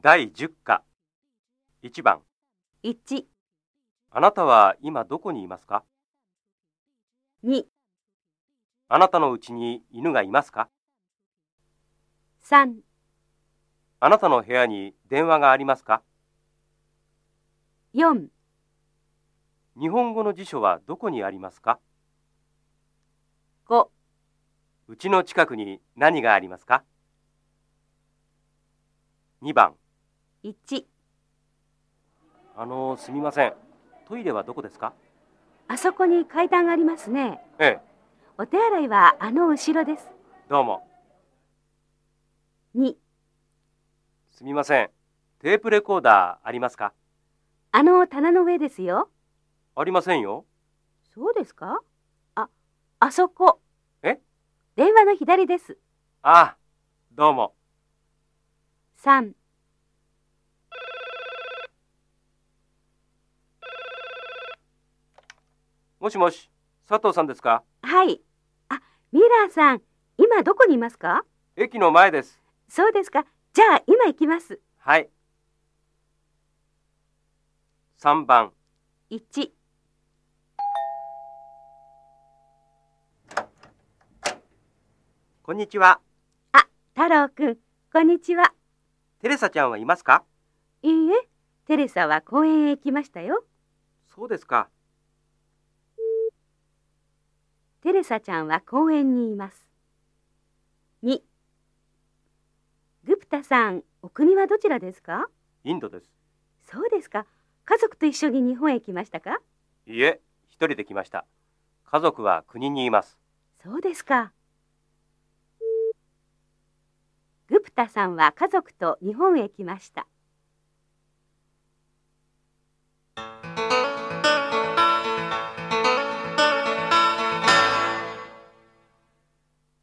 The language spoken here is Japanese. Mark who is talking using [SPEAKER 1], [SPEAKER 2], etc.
[SPEAKER 1] 第10課1番
[SPEAKER 2] 1、
[SPEAKER 1] あなたは今どこにいますか
[SPEAKER 2] 2、
[SPEAKER 1] あなたのうちに犬がいますか
[SPEAKER 2] 3、
[SPEAKER 1] あなたの部屋に電話がありますか
[SPEAKER 2] 4、
[SPEAKER 1] 日本語の辞書はどこにありますか
[SPEAKER 2] 5、
[SPEAKER 1] うちの近くに何がありますか2番
[SPEAKER 2] 1。
[SPEAKER 1] あのすみませんトイレはどこですか
[SPEAKER 2] あそこに階段がありますね。
[SPEAKER 1] ええ
[SPEAKER 2] お手洗いはあの後ろです。
[SPEAKER 1] どうも
[SPEAKER 2] 2、
[SPEAKER 1] すみませんテープレコーダーありますか
[SPEAKER 2] あの棚の上ですよ。
[SPEAKER 1] ありませんよ
[SPEAKER 2] そうですかあ、あそこ。
[SPEAKER 1] え
[SPEAKER 2] 電話の左です。
[SPEAKER 1] ああどうも
[SPEAKER 2] 3、
[SPEAKER 1] もしもし佐藤さんですか
[SPEAKER 2] はい。あ、ミラーさん、今どこにいますか
[SPEAKER 1] 駅の前です
[SPEAKER 2] そうですか。じゃあ今行きます。
[SPEAKER 1] はい。3番、
[SPEAKER 2] 1、
[SPEAKER 1] こんにちは。
[SPEAKER 2] 太郎くん、こんにちは。
[SPEAKER 1] テレサちゃんはいますか
[SPEAKER 2] いいえ、テレサは公園へ行きましたよ。
[SPEAKER 1] そうですか。
[SPEAKER 2] テレサちゃんは公園にいます。2グプタさん、お国はどちらですか
[SPEAKER 1] インドです。
[SPEAKER 2] そうですか。家族と一緒に日本へ来ましたか
[SPEAKER 1] いいえ、一人で来ました。家族は国にいます。
[SPEAKER 2] そうですか。グプタさんは家族と日本へ来ました。